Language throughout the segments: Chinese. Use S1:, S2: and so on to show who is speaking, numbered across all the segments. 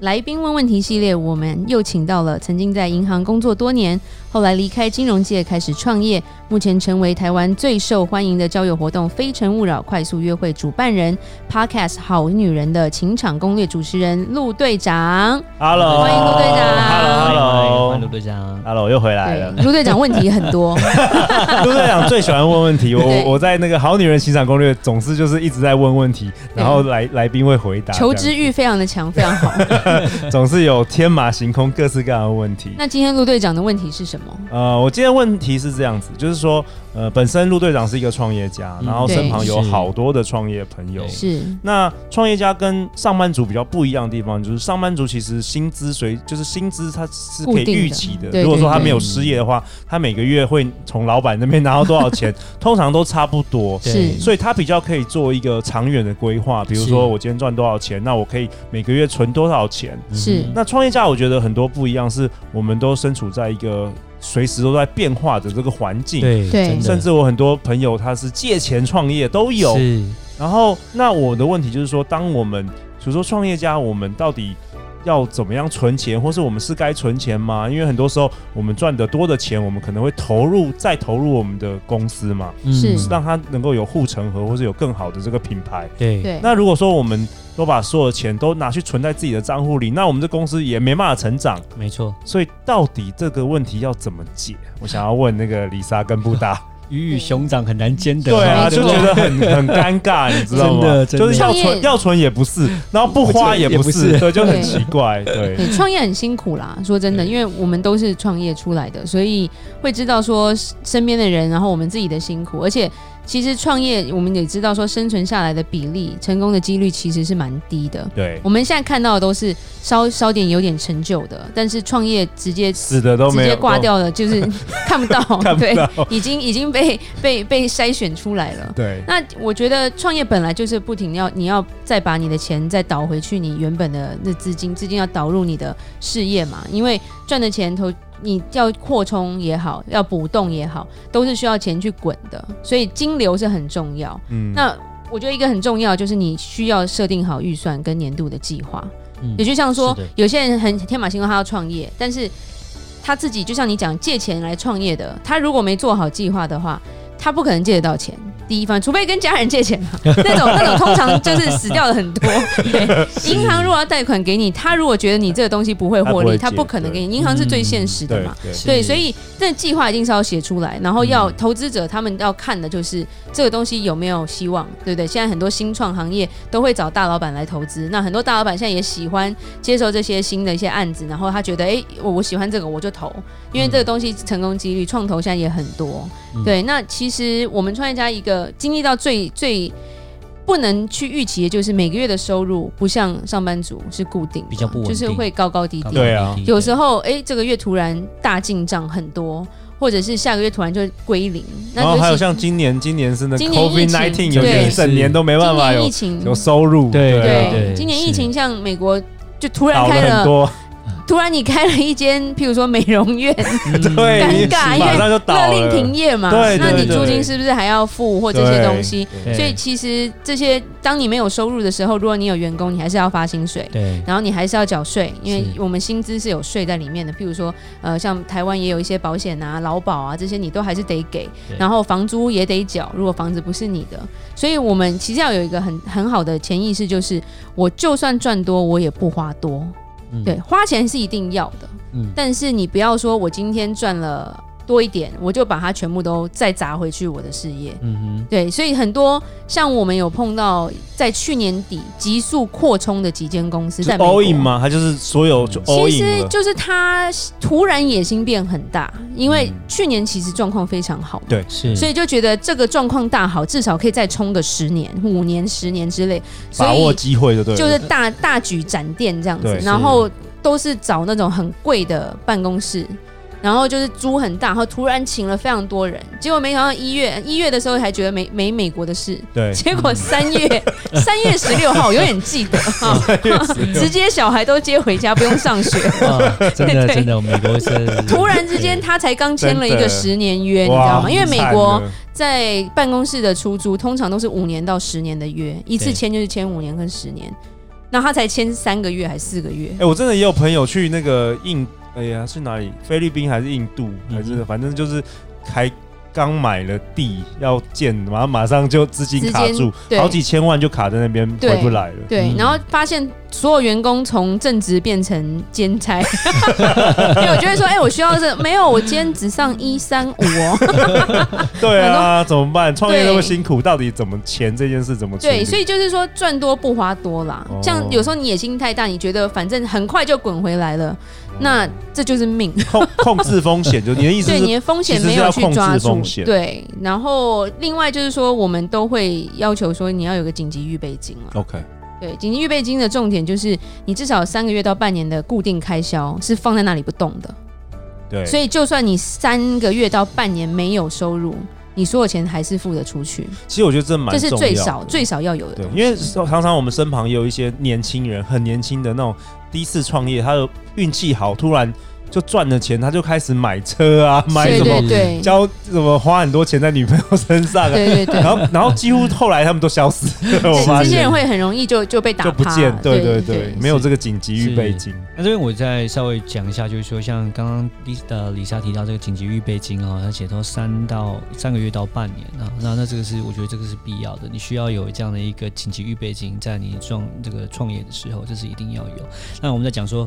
S1: 来宾问问题系列，我们又请到了曾经在银行工作多年，后来离开金融界开始创业，目前成为台湾最受欢迎的交友活动《非诚勿扰》快速约会主办人、Podcast《好女人的情场攻略》主持人陆队长。
S2: Hello，
S1: 欢迎陆队长
S2: Hello，Hello，
S3: 欢迎陆队长。
S2: Hello，又回
S3: 哎
S2: 来了。
S1: 对，陆队长问题很 多，
S3: 啊
S2: 陆队长最喜欢问问题，
S1: 对
S2: 我我在那个《好女人情场攻略》总是就是一直在问问题，然后来来宾会回
S3: 啊
S2: 答，
S1: 求知欲非常的强，非常好。
S2: 这样总是有天马行空、各式各样的问题。
S1: 那今天陆队长的问题是什么？
S2: 呃，我今天问题是这样子，就是说，呃，本身陆队长是一个创业家，
S3: 嗯
S2: 然后身旁有
S3: 对
S2: 好多的创业朋友
S3: 对。
S1: 是
S2: 那创业家跟上班族比较不一样的地方，就是上班族其实薪资随就是薪资它是可
S1: 固定
S2: 以
S1: 的
S2: 预期的。
S1: 对
S2: 如果说
S1: 对
S2: 他
S1: 对
S2: 没有失业的话，他每个月会从老板那边拿到多少钱， 通常都差不多。
S3: 对
S2: 所以他比较可以做一个长远的规划，比如
S3: 是
S2: 说我今天赚多少钱，那我可以每个月存多少钱。
S1: 是
S2: 嗯
S3: 嗯
S2: 那创业家我觉得很多不一样，是我们都身处在一个随时都在变化的这个环境。
S3: 对
S1: 对
S3: 真的
S2: 甚至我很多朋友他是借钱创业都有，
S3: 是
S2: 然后，那我的问题就是说，当我们比如说创业家，我们到底要怎么样存钱，或是我们是该存钱吗？因为很多时候我们赚得多的钱，我们可能会投入再投入我们的公司嘛，
S1: 是
S3: 嗯
S2: 让它能够有护城河，或是有更好的这个品牌。
S3: 对
S1: 对，
S2: 那如果说我们都把所有的钱都拿去存在自己的账户里，那我们的公司也没办法成长。
S3: 没错。
S2: 所以到底这个问题要怎么解？我想要问那个李莎跟布达。
S3: 鱼与熊掌很难兼得。
S2: 对啊，
S1: 对
S2: 就觉得很很尴尬，你知道吗？
S3: 真的真的
S2: 就是要
S1: 创业
S2: 存要存也不是，然后不花也不
S3: 不存也不
S2: 是，
S3: 是
S2: 对，就
S1: 对
S2: 很奇怪，对。
S1: 对，创业很辛苦啦。说真的，
S2: 对
S1: 因为我们都是创业出来的，所以会知道说身边的人，然后我们自己的辛苦。而且，其实创业我们也知道说生存下来的比例，成功的几率其实是蛮低的。
S2: 对，
S1: 我们现在看到的都是稍稍点有点成就的，但是创业直接
S2: 死的都
S1: 直
S2: 没有
S1: 接挂，掉了，就是 看不到，
S2: 都 看不
S1: 对，
S2: 到。
S1: 已经已经被被被筛选出来了。
S2: 对，
S1: 那我觉得创业本来就是不停要，你要再把你的钱再倒回去你原本的那资金，资金要导入你的事业嘛，因为赚的钱投你要扩充也好，要补洞也好，都是需要钱去滚的，所以金流是很重要。
S2: 嗯，
S1: 那我觉得一个很重要就是你需要设定好预算跟年度的计划，
S3: 嗯
S1: 也就像说
S3: 是的
S1: 有些人很天马行空，他要创业，但是他自己就像你讲借钱来创业的，他如果没做好计划的话，他不可能借得到钱。第一方，除非跟家人借钱嘛，那种那种通常就是死掉了很多。对，银行如果要贷款给你，他如果觉得你这个东西不会获利，
S2: 他不会借
S1: 他不可能给你。
S3: 对
S1: 银行是最现实的
S2: 对
S1: 嘛。
S2: 对，
S3: 是
S1: 对，所以这计划一定是要写出来，然后要
S3: 嗯
S1: 投资者他们要看的就是这个东西有没有希望，对不对？现在很多新创行业都会找大老板来投资，那很多大老板现在也喜欢接受这些新的一些案子，然后他觉得，诶，我我喜欢这个我就投，因为这个东西成功几率创投现在也很多。
S3: 嗯
S1: 对，那其实我们创业家一个经历到最最。不能去预期的就是每个月的收入不像上班族是固定的，
S3: 比较不稳
S1: 就是
S3: 定
S1: 会高高低低。
S3: 嗯
S2: 对啊
S1: 有时候哎、诶这个月突然大进账很多，或者是下个月突然就归零。那
S2: 然哦后还有
S1: 尤其
S2: 像今年，今年是那
S1: 今年疫
S2: COVID
S1: 情对
S2: nineteen，有些一整年都没办
S1: 今
S2: 法
S1: 年疫
S2: 啊有
S1: 情，
S2: 有收入，
S3: 对
S2: 啊
S3: 对
S1: 今年疫情像美国就突然
S2: 倒了
S1: 开
S2: 很
S1: 了，
S2: 多，
S1: 突然你开了一间，譬如说美容院，
S3: 嗯
S2: 对，
S1: 嗯尴
S2: 你
S1: 尬
S2: 马上就倒
S1: 勒
S2: 了，
S1: 令停业嘛，
S2: 对对
S1: 那你
S2: 对
S1: 租金
S2: 对
S1: 是不是还要付或这
S2: 对
S1: 些东西？，
S2: 对
S1: 所以其实这些，当你没有收入的时候，如果你有员工，你还是要发薪水。
S3: 对
S1: 然后你还是要缴税，因为
S3: 是
S1: 我们薪资是有税在里面的。譬如说，呃，像台湾也有一些保险啊、劳保啊这些，你都还是得给
S3: 对。
S1: 然后房租也得缴，如果房子不是你的，所以我们其实要有一个很很好的潜意识，就是我就算赚多，我也不花多。
S3: 嗯
S1: 对，花钱是一定要的，
S3: 嗯
S1: 但是你不要说我今天赚了多一点，我就把它全部都再砸回去我的事业。
S3: 嗯哼
S1: 对，所以很多像我们有碰到在去年底急速扩充的几间公司，
S2: 就
S1: 在美
S2: all in
S1: 国嗯
S2: 吗？他就是所有就 all
S1: 其
S2: in
S1: 实
S2: 了，
S1: 就是他突然野心变很大，因为
S2: 嗯
S1: 去年其实状况非常好嘛，
S2: 对
S3: 是，
S1: 所以就觉得这个状况大好，至少可以再冲个十年、五年、十年之类，所
S2: 把握
S1: 以
S2: 机会就对了，
S1: 就是大大举展店这样子
S2: 对，
S1: 然后
S3: 是
S1: 都是找那种很贵的办公室。然后就是租很大，然后突然请了非常多人，结果没想到一月一月的时候还觉得没没美国的事，
S2: 对，
S1: 结果三月三月十六号我永远记得 哈，直接小孩都接回家，不用上学。
S3: 啊，真的
S1: 对
S3: 真的，美国是
S1: 突然之间，他才刚签了一个
S2: 真的
S1: 十年约，你知道
S2: 哇，
S1: 吗？因为美
S2: 惨啊
S1: 国
S2: 了
S1: 在办公室的出租通常都是五年到十年的约，一次
S3: 对
S1: 签就是签五年跟十年，那他才签三个月还是四个月
S2: 哎、？我真的也有朋友去那个印，哎呀，是哪里？菲律宾还是印度？
S3: 嗯
S2: 还是反正就是还刚买了地要建，然后马上就资金卡
S1: 资金
S2: 住，
S1: 对
S2: 好几千万就卡在那边
S1: 对
S2: 回不来了。
S1: 对，
S3: 嗯
S1: 然后发现所有员工从正职变成兼 差，因为我就会说，哎、我需要这没有，我今天只上一三五 哦。
S2: 对啊，怎么办？创业
S1: 对
S2: 那么辛苦，到底怎么钱这件事怎么处理？
S1: 对，所以就是说赚多不花多啦。
S2: 哦
S1: 像有时候你野心太大，你觉得反正很快就滚回来了，那这就是命。
S2: 控控制风险，就你的意思
S1: 对你
S2: 是
S1: 的风险没有去
S2: 其实是要
S1: 抓
S2: 控制
S1: 住
S2: 风，险
S1: 对。然后另外就是说，我们都会要求说你要有个紧急预备金了。
S2: OK，
S1: 对，紧急预备金的重点就是你至少有三个月到半年的固定开销是放在那里不动的。
S2: 对，
S1: 所以就算你三个月到半年没有收入，你所有钱还是付得出去，
S2: 其实我觉得这蛮
S1: 这是
S2: 重
S1: 最
S2: 要
S1: 少
S2: 的
S1: 最少要有的
S2: 对
S1: 东，西。
S2: 因为常常我们身旁也有一些年轻人，很年轻的那种第一次创业，他的运气好，突然就赚了钱，他就开始买车啊，买
S1: 对
S2: 什么
S1: 对对
S2: 交什么花很多钱在女朋友身上啊，
S1: 对对对，
S2: 然后然后几乎后来他们都消失了， 我发
S1: 这些
S2: 现
S1: 人会很容易就就被打
S2: 就
S1: 趴，
S2: 不见，对对对
S1: 对，，
S2: 没有这个紧急预备金，
S3: 那这边我再稍微讲一下，就是说，像刚刚李呃李莎提到这个紧急预备金啊、哦，它写到三到三个月到半年啊，那那这个是我觉得这个是必要的，你需要有这样的一个紧急预备金，在你创这个创业的时候，这是一定要有。那我们在讲说。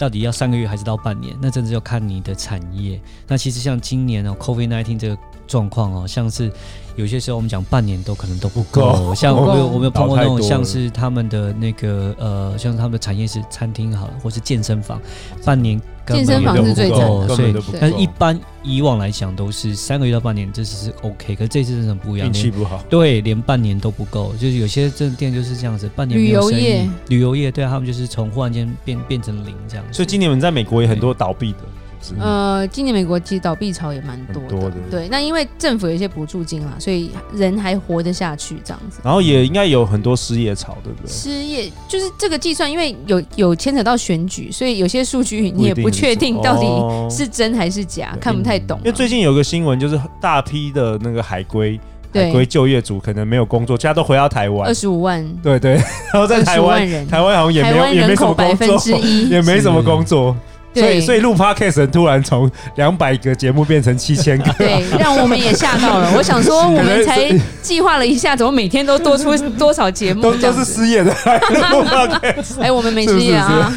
S3: 到底要三个月还是到半年？那真的是要看你的产业。那其实像今年哦，COVID-19 这个状况哦，像是有些时候我们讲半年都可能都不够。哦
S2: 够
S3: 像我们有我们有碰过那
S2: 倒
S3: 种
S2: 太多了
S3: 像是他们的那个呃，像是他们的产业是餐厅好了，或是健身房，半年根本
S1: 健身房
S3: 都
S1: 是
S3: 不
S1: 最惨
S3: 够哦
S1: 的
S3: 所
S2: 根本
S3: 以
S2: 就不够，
S3: 但是一般以往来讲都是三个月到半年，这只是 OK。可是这次真的不一样，
S2: 运气
S3: 连
S2: 不好，
S3: 对，连半年都不够，就是有些这店就是这样子，半年
S1: 旅
S3: 没有
S1: 游
S3: 生意
S1: 业，
S3: 旅游业对啊他们就是从忽然间变变成零这样子。
S2: 所以今年我们在美国也很多倒闭的，是不是？
S1: 呃，今年美国其实倒闭潮也蛮多的，
S2: 很多的
S1: 对。那因为政府有一些补助金啦，所以人还活得下去这样子。
S2: 然后也应该有很多失业潮，对不对？
S1: 失业就是这个计算，因为有有牵扯到选举，所以有些数据你也不
S2: 一定是
S1: 确定到底
S2: 哦
S1: 是真还是假，
S2: 对
S1: 看不太懂啊。
S2: 因为最近有个新闻，就是大批的那个海归
S1: 对
S2: 海归就业族可能没有工作，家都回到台湾
S1: 二。十五万，
S2: 对对， 然后在
S1: 二
S2: 台
S1: 十
S2: 湾
S1: 万，人，
S2: 台湾好像也没
S1: 台
S2: 有
S1: 湾
S2: 也
S1: 人
S2: 没什
S1: 口
S2: 么
S1: 百
S2: 工
S1: 分之
S2: 作，
S1: 一，
S2: 也没什么工作，所以
S1: 对
S2: 所以录 podcast 人突然从两百个节目变成七千个，
S1: 对，让我们也吓到 了。我想说，我们才计划了一下，怎么每天都多出多少节目
S2: 都
S1: 这
S2: 都
S1: 样
S2: 是
S1: 子？
S2: 失业的来 录 podcast，
S1: 哎，我们没失业啊，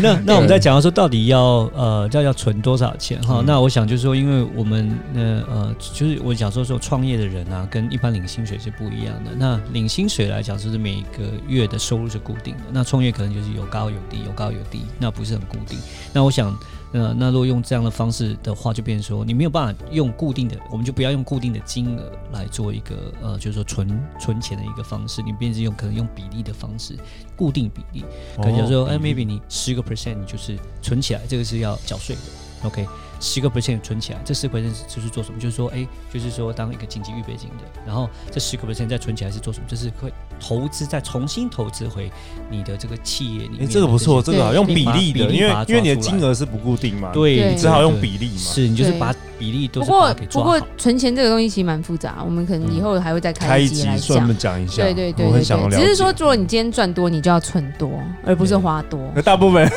S3: 那那我们在讲到说，到底要呃要要存多少钱哈？
S2: 嗯
S3: 那我想就是说，因为我们呃呃，就是我想说说创业的人啊，跟一般领薪水是不一样的。那领薪水来讲，就是每个月的收入是固定的。那创业可能就是有高有低，有高有低，那不是很固定。那我想。呃，那如果用这样的方式的话，就变成说你没有办法用固定的，我们就不要用固定的金额来做一个呃，就是说存存钱的一个方式，你变成用可能用比例的方式，固定比例。可能就是说，
S2: 哦
S3: 哎、m
S2: 嗯
S3: a y b e 你十个 percent 你就是存起来，这个是要缴税的，OK，十个 percent 存起来，这十个 percent 就是做什么？就是说，哎、就是说当一个紧急预备金的，然后这十个 percent 再存起来是做什么？就是会投资，再重新投资回你的这个企业里面
S2: 哎，
S3: 的些。
S2: 这个不错，这个好
S1: 对
S2: 用比
S3: 比
S2: 例
S3: 例
S2: 的，因为
S3: 把它抓出来
S2: 因为你的金额是不固定嘛，，
S3: 对，
S1: 对
S3: 对
S2: 你只好用比例嘛，
S3: 是你就是
S1: 对
S3: 把比例都
S1: 不
S3: 是把它
S1: 过
S3: 给
S1: 不
S3: 抓
S1: 过
S3: 好。
S1: 存钱这个东西其实蛮复杂，我们可能以后还会再
S2: 开
S1: 开
S2: 一
S1: 集
S2: 集
S1: 来
S2: 专
S1: 讲。
S2: 门讲一下，
S1: 对对对
S2: 我
S1: 对
S2: 很想要
S1: 对，
S2: 了
S1: 只
S2: 解，
S1: 是说，如果你今天赚多，你就要存多，而不是
S3: 对
S1: 花多。
S2: 可大部分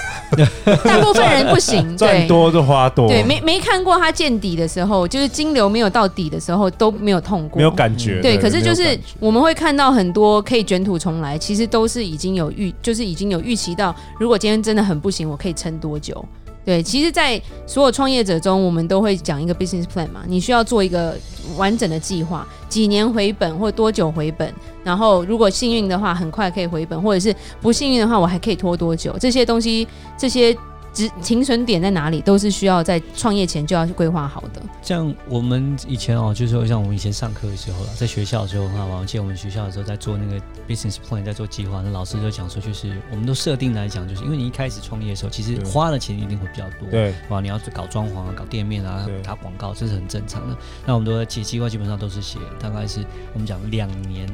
S1: 大部分人不行，
S2: 赚
S1: 对
S2: 多就花多，
S1: 对，没没看过他见底的时候，就是金流没有到底的时候都没有痛过，
S2: 没有感觉，
S1: 对，可是就
S2: 没有
S1: 是
S2: 感觉
S1: 我们会看到很多可以卷土重来，其实都是已经有预，就是已经有预期到，如果今天真的很不行，我可以撑多久？对，其实，在所有创业者中，我们都会讲一个 business plan 嘛，你需要做一个完整的计划，几年回本或多久回本，然后如果幸运的话，很快可以回本，或者是不幸运的话，我还可以拖多久？这些东西，这些止停损点在哪里，都是需要在创业前就要去规划好的。
S3: 像我们以前哦，就是说像我们以前上课的时候啦，在学校的时候哈，我记得我们学校的时候在做那个 business plan，在做计划，那老师就讲说，就是我们都设定来讲，就是因为你一开始创业的时候，其实
S2: 对
S3: 花的钱一定会比较多，
S2: 对
S3: 哇，你要搞装潢啊，搞店面啊
S2: 对，
S3: 打广告，这是很正常的。那我们都在写计划，基本上都是写大概是我们讲两年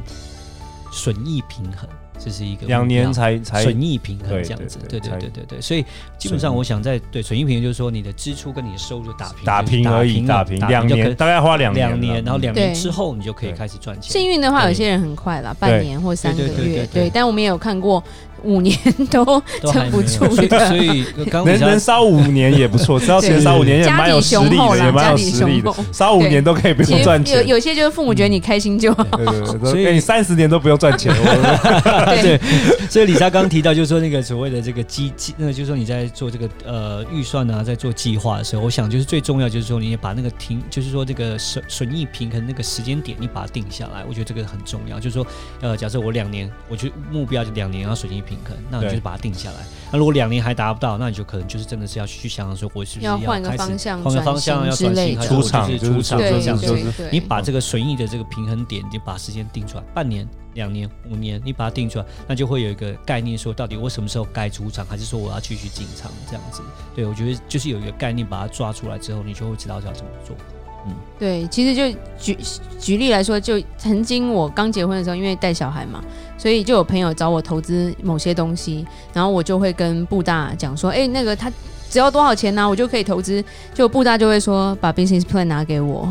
S3: 损益平衡，这是一个
S2: 两
S3: 目标
S2: 年才才
S3: 损益平衡
S2: 对
S3: 这样子，对
S2: 对对
S3: 对
S2: 才
S3: 对对对，所以基本上我想在对损益平衡，就是说你的支出跟你的收入打平，
S2: 打
S3: 就是
S2: 平而已，打
S3: 打
S2: 平
S3: 打
S2: 两
S3: 就可以
S2: 年，大概花两年了，
S3: 两年，然后两
S1: 对
S3: 年之后你就可以开始赚钱。
S1: 幸运的话，
S3: 对
S1: 有些人很快啦，半年或三个
S3: 对对对
S1: 月
S3: 对，对
S1: 对。但我们也有看过五年 都
S3: 都还
S1: 撑
S3: 没
S1: 不
S3: 有
S1: 住
S3: 所以
S1: 的，
S3: 所以刚刚
S2: 能
S3: 比较
S2: 能烧五年也不错，只要钱烧五年也
S1: 家
S2: 蛮有
S1: 底
S2: 实
S1: 雄
S2: 力
S1: 厚
S2: 的，也
S1: 啦，
S2: 蛮
S1: 家
S2: 有
S1: 底
S2: 实力
S1: 雄
S2: 的，
S1: 厚。
S2: 烧五
S1: 对
S2: 年都可以不
S1: 其
S2: 用
S1: 实
S2: 赚
S1: 有
S2: 钱。
S1: 有些就是父母觉得你开心就好，
S2: 对对对，
S3: 所以
S2: 给你三十年都不 用赚钱，我
S3: 嗯对，所以李莎刚提到，就是说那个所谓的这个基基，那个就是说你在做这个呃预算啊，在做计划的时候，我想就是最重要，就是说你也把那个停，就是说这个损损益平衡那个时间点，你把它定下来，我觉得这个很重要。就是说，呃，假设我两年，我就目标就两年要损益平衡，那你
S2: 对
S3: 就把它定下来。那如果两年还达不到，那你就可能就是真的是要去想想说，我是不是
S1: 要换个
S3: 开始
S1: 方向
S3: 换个方向
S1: 转
S3: 要
S1: 型之
S3: 转
S1: 类
S3: 型，
S1: 的
S3: 还是
S2: 出
S3: 我就
S2: 场
S3: 是
S2: 就是
S3: 出
S2: 出
S3: 场
S1: 对
S3: 这
S1: 对
S3: 样子。
S2: 就是
S1: 对，
S3: 你把这个损益的这个平衡点，你把时间定出来，半年、两年、五年，你把它定出来，那就会有一个概念，说到底我什么时候该出场，还是说我要继续进场这样子。对我觉得就是有一个概念，把它抓出来之后，你就会知道要怎么做。
S1: 对，其实就举举例来说，就曾经我刚结婚的时候，因为带小孩嘛，所以就有朋友找我投资某些东西，然后我就会跟布大讲说，哎、那个他只要多少钱呢、啊我就可以投资。就布大就会说，把 business plan 拿给我，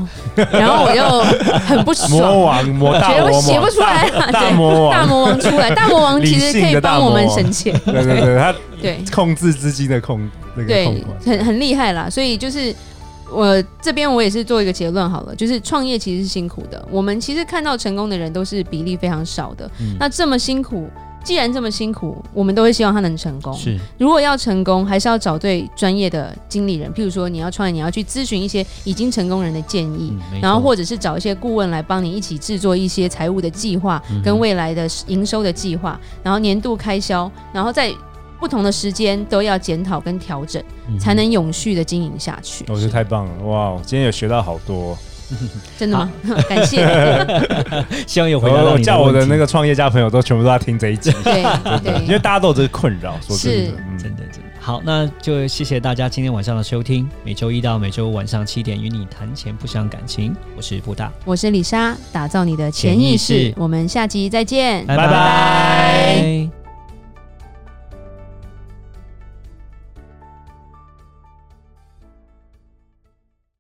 S1: 然后我就很不爽，
S2: 魔王魔大
S1: 觉得我
S2: 魔
S1: 写不
S2: 王，
S1: 出来啊，
S2: 大
S1: 对。
S2: 魔
S1: 大
S2: 王，
S1: 魔王出来，大魔王其实可
S2: 理性
S1: 以
S2: 的大
S1: 帮
S2: 魔
S1: 我
S2: 王
S1: 们省钱，
S2: 对对对，他
S1: 对。
S2: 控制资金的控那个啊控
S1: 对，
S2: 管，
S1: 很很厉害啦。所以就是我这边我也是做一个结论好了，就是创业其实是辛苦的。我们其实看到成功的人都是比例非常少的。
S2: 嗯
S1: 那这么辛苦，既然这么辛苦，我们都会希望他能成功。
S3: 是
S1: 如果要成功，还是要找对专业的经理人，譬如说你要创业，你要去咨询一些已经成功人的建议。
S3: 嗯，没
S1: 然后
S3: 错
S1: 或者是找一些顾问来帮你一起制作一些财务的计划，跟未来的营收的计划，然后年度开销，然后在不同的时间都要检讨跟调整，
S3: 嗯
S1: 才能永续的经营下去。
S2: 我觉得太棒了，哇，今天有学到好多，
S1: 真的吗？ 感谢你。
S3: 希望有回答到
S2: 我
S1: 哦
S3: 你
S2: 哦叫我的
S3: 问题
S2: 那个创业家朋友都全部都在听这一集，
S1: 对
S2: 因
S1: 对，
S2: 为大家都有这个困扰，说真
S1: 是
S2: 的，嗯
S3: 真的真的好，那就谢谢大家今天晚上的收听。每周一到每周五晚上七点，与你谈钱不伤感情，我是布大，
S1: 我是李莎，打造你的潜
S3: 潜
S1: 意
S3: 意
S1: 识
S3: 识。
S1: 我们下集再见，
S2: 拜拜
S3: 拜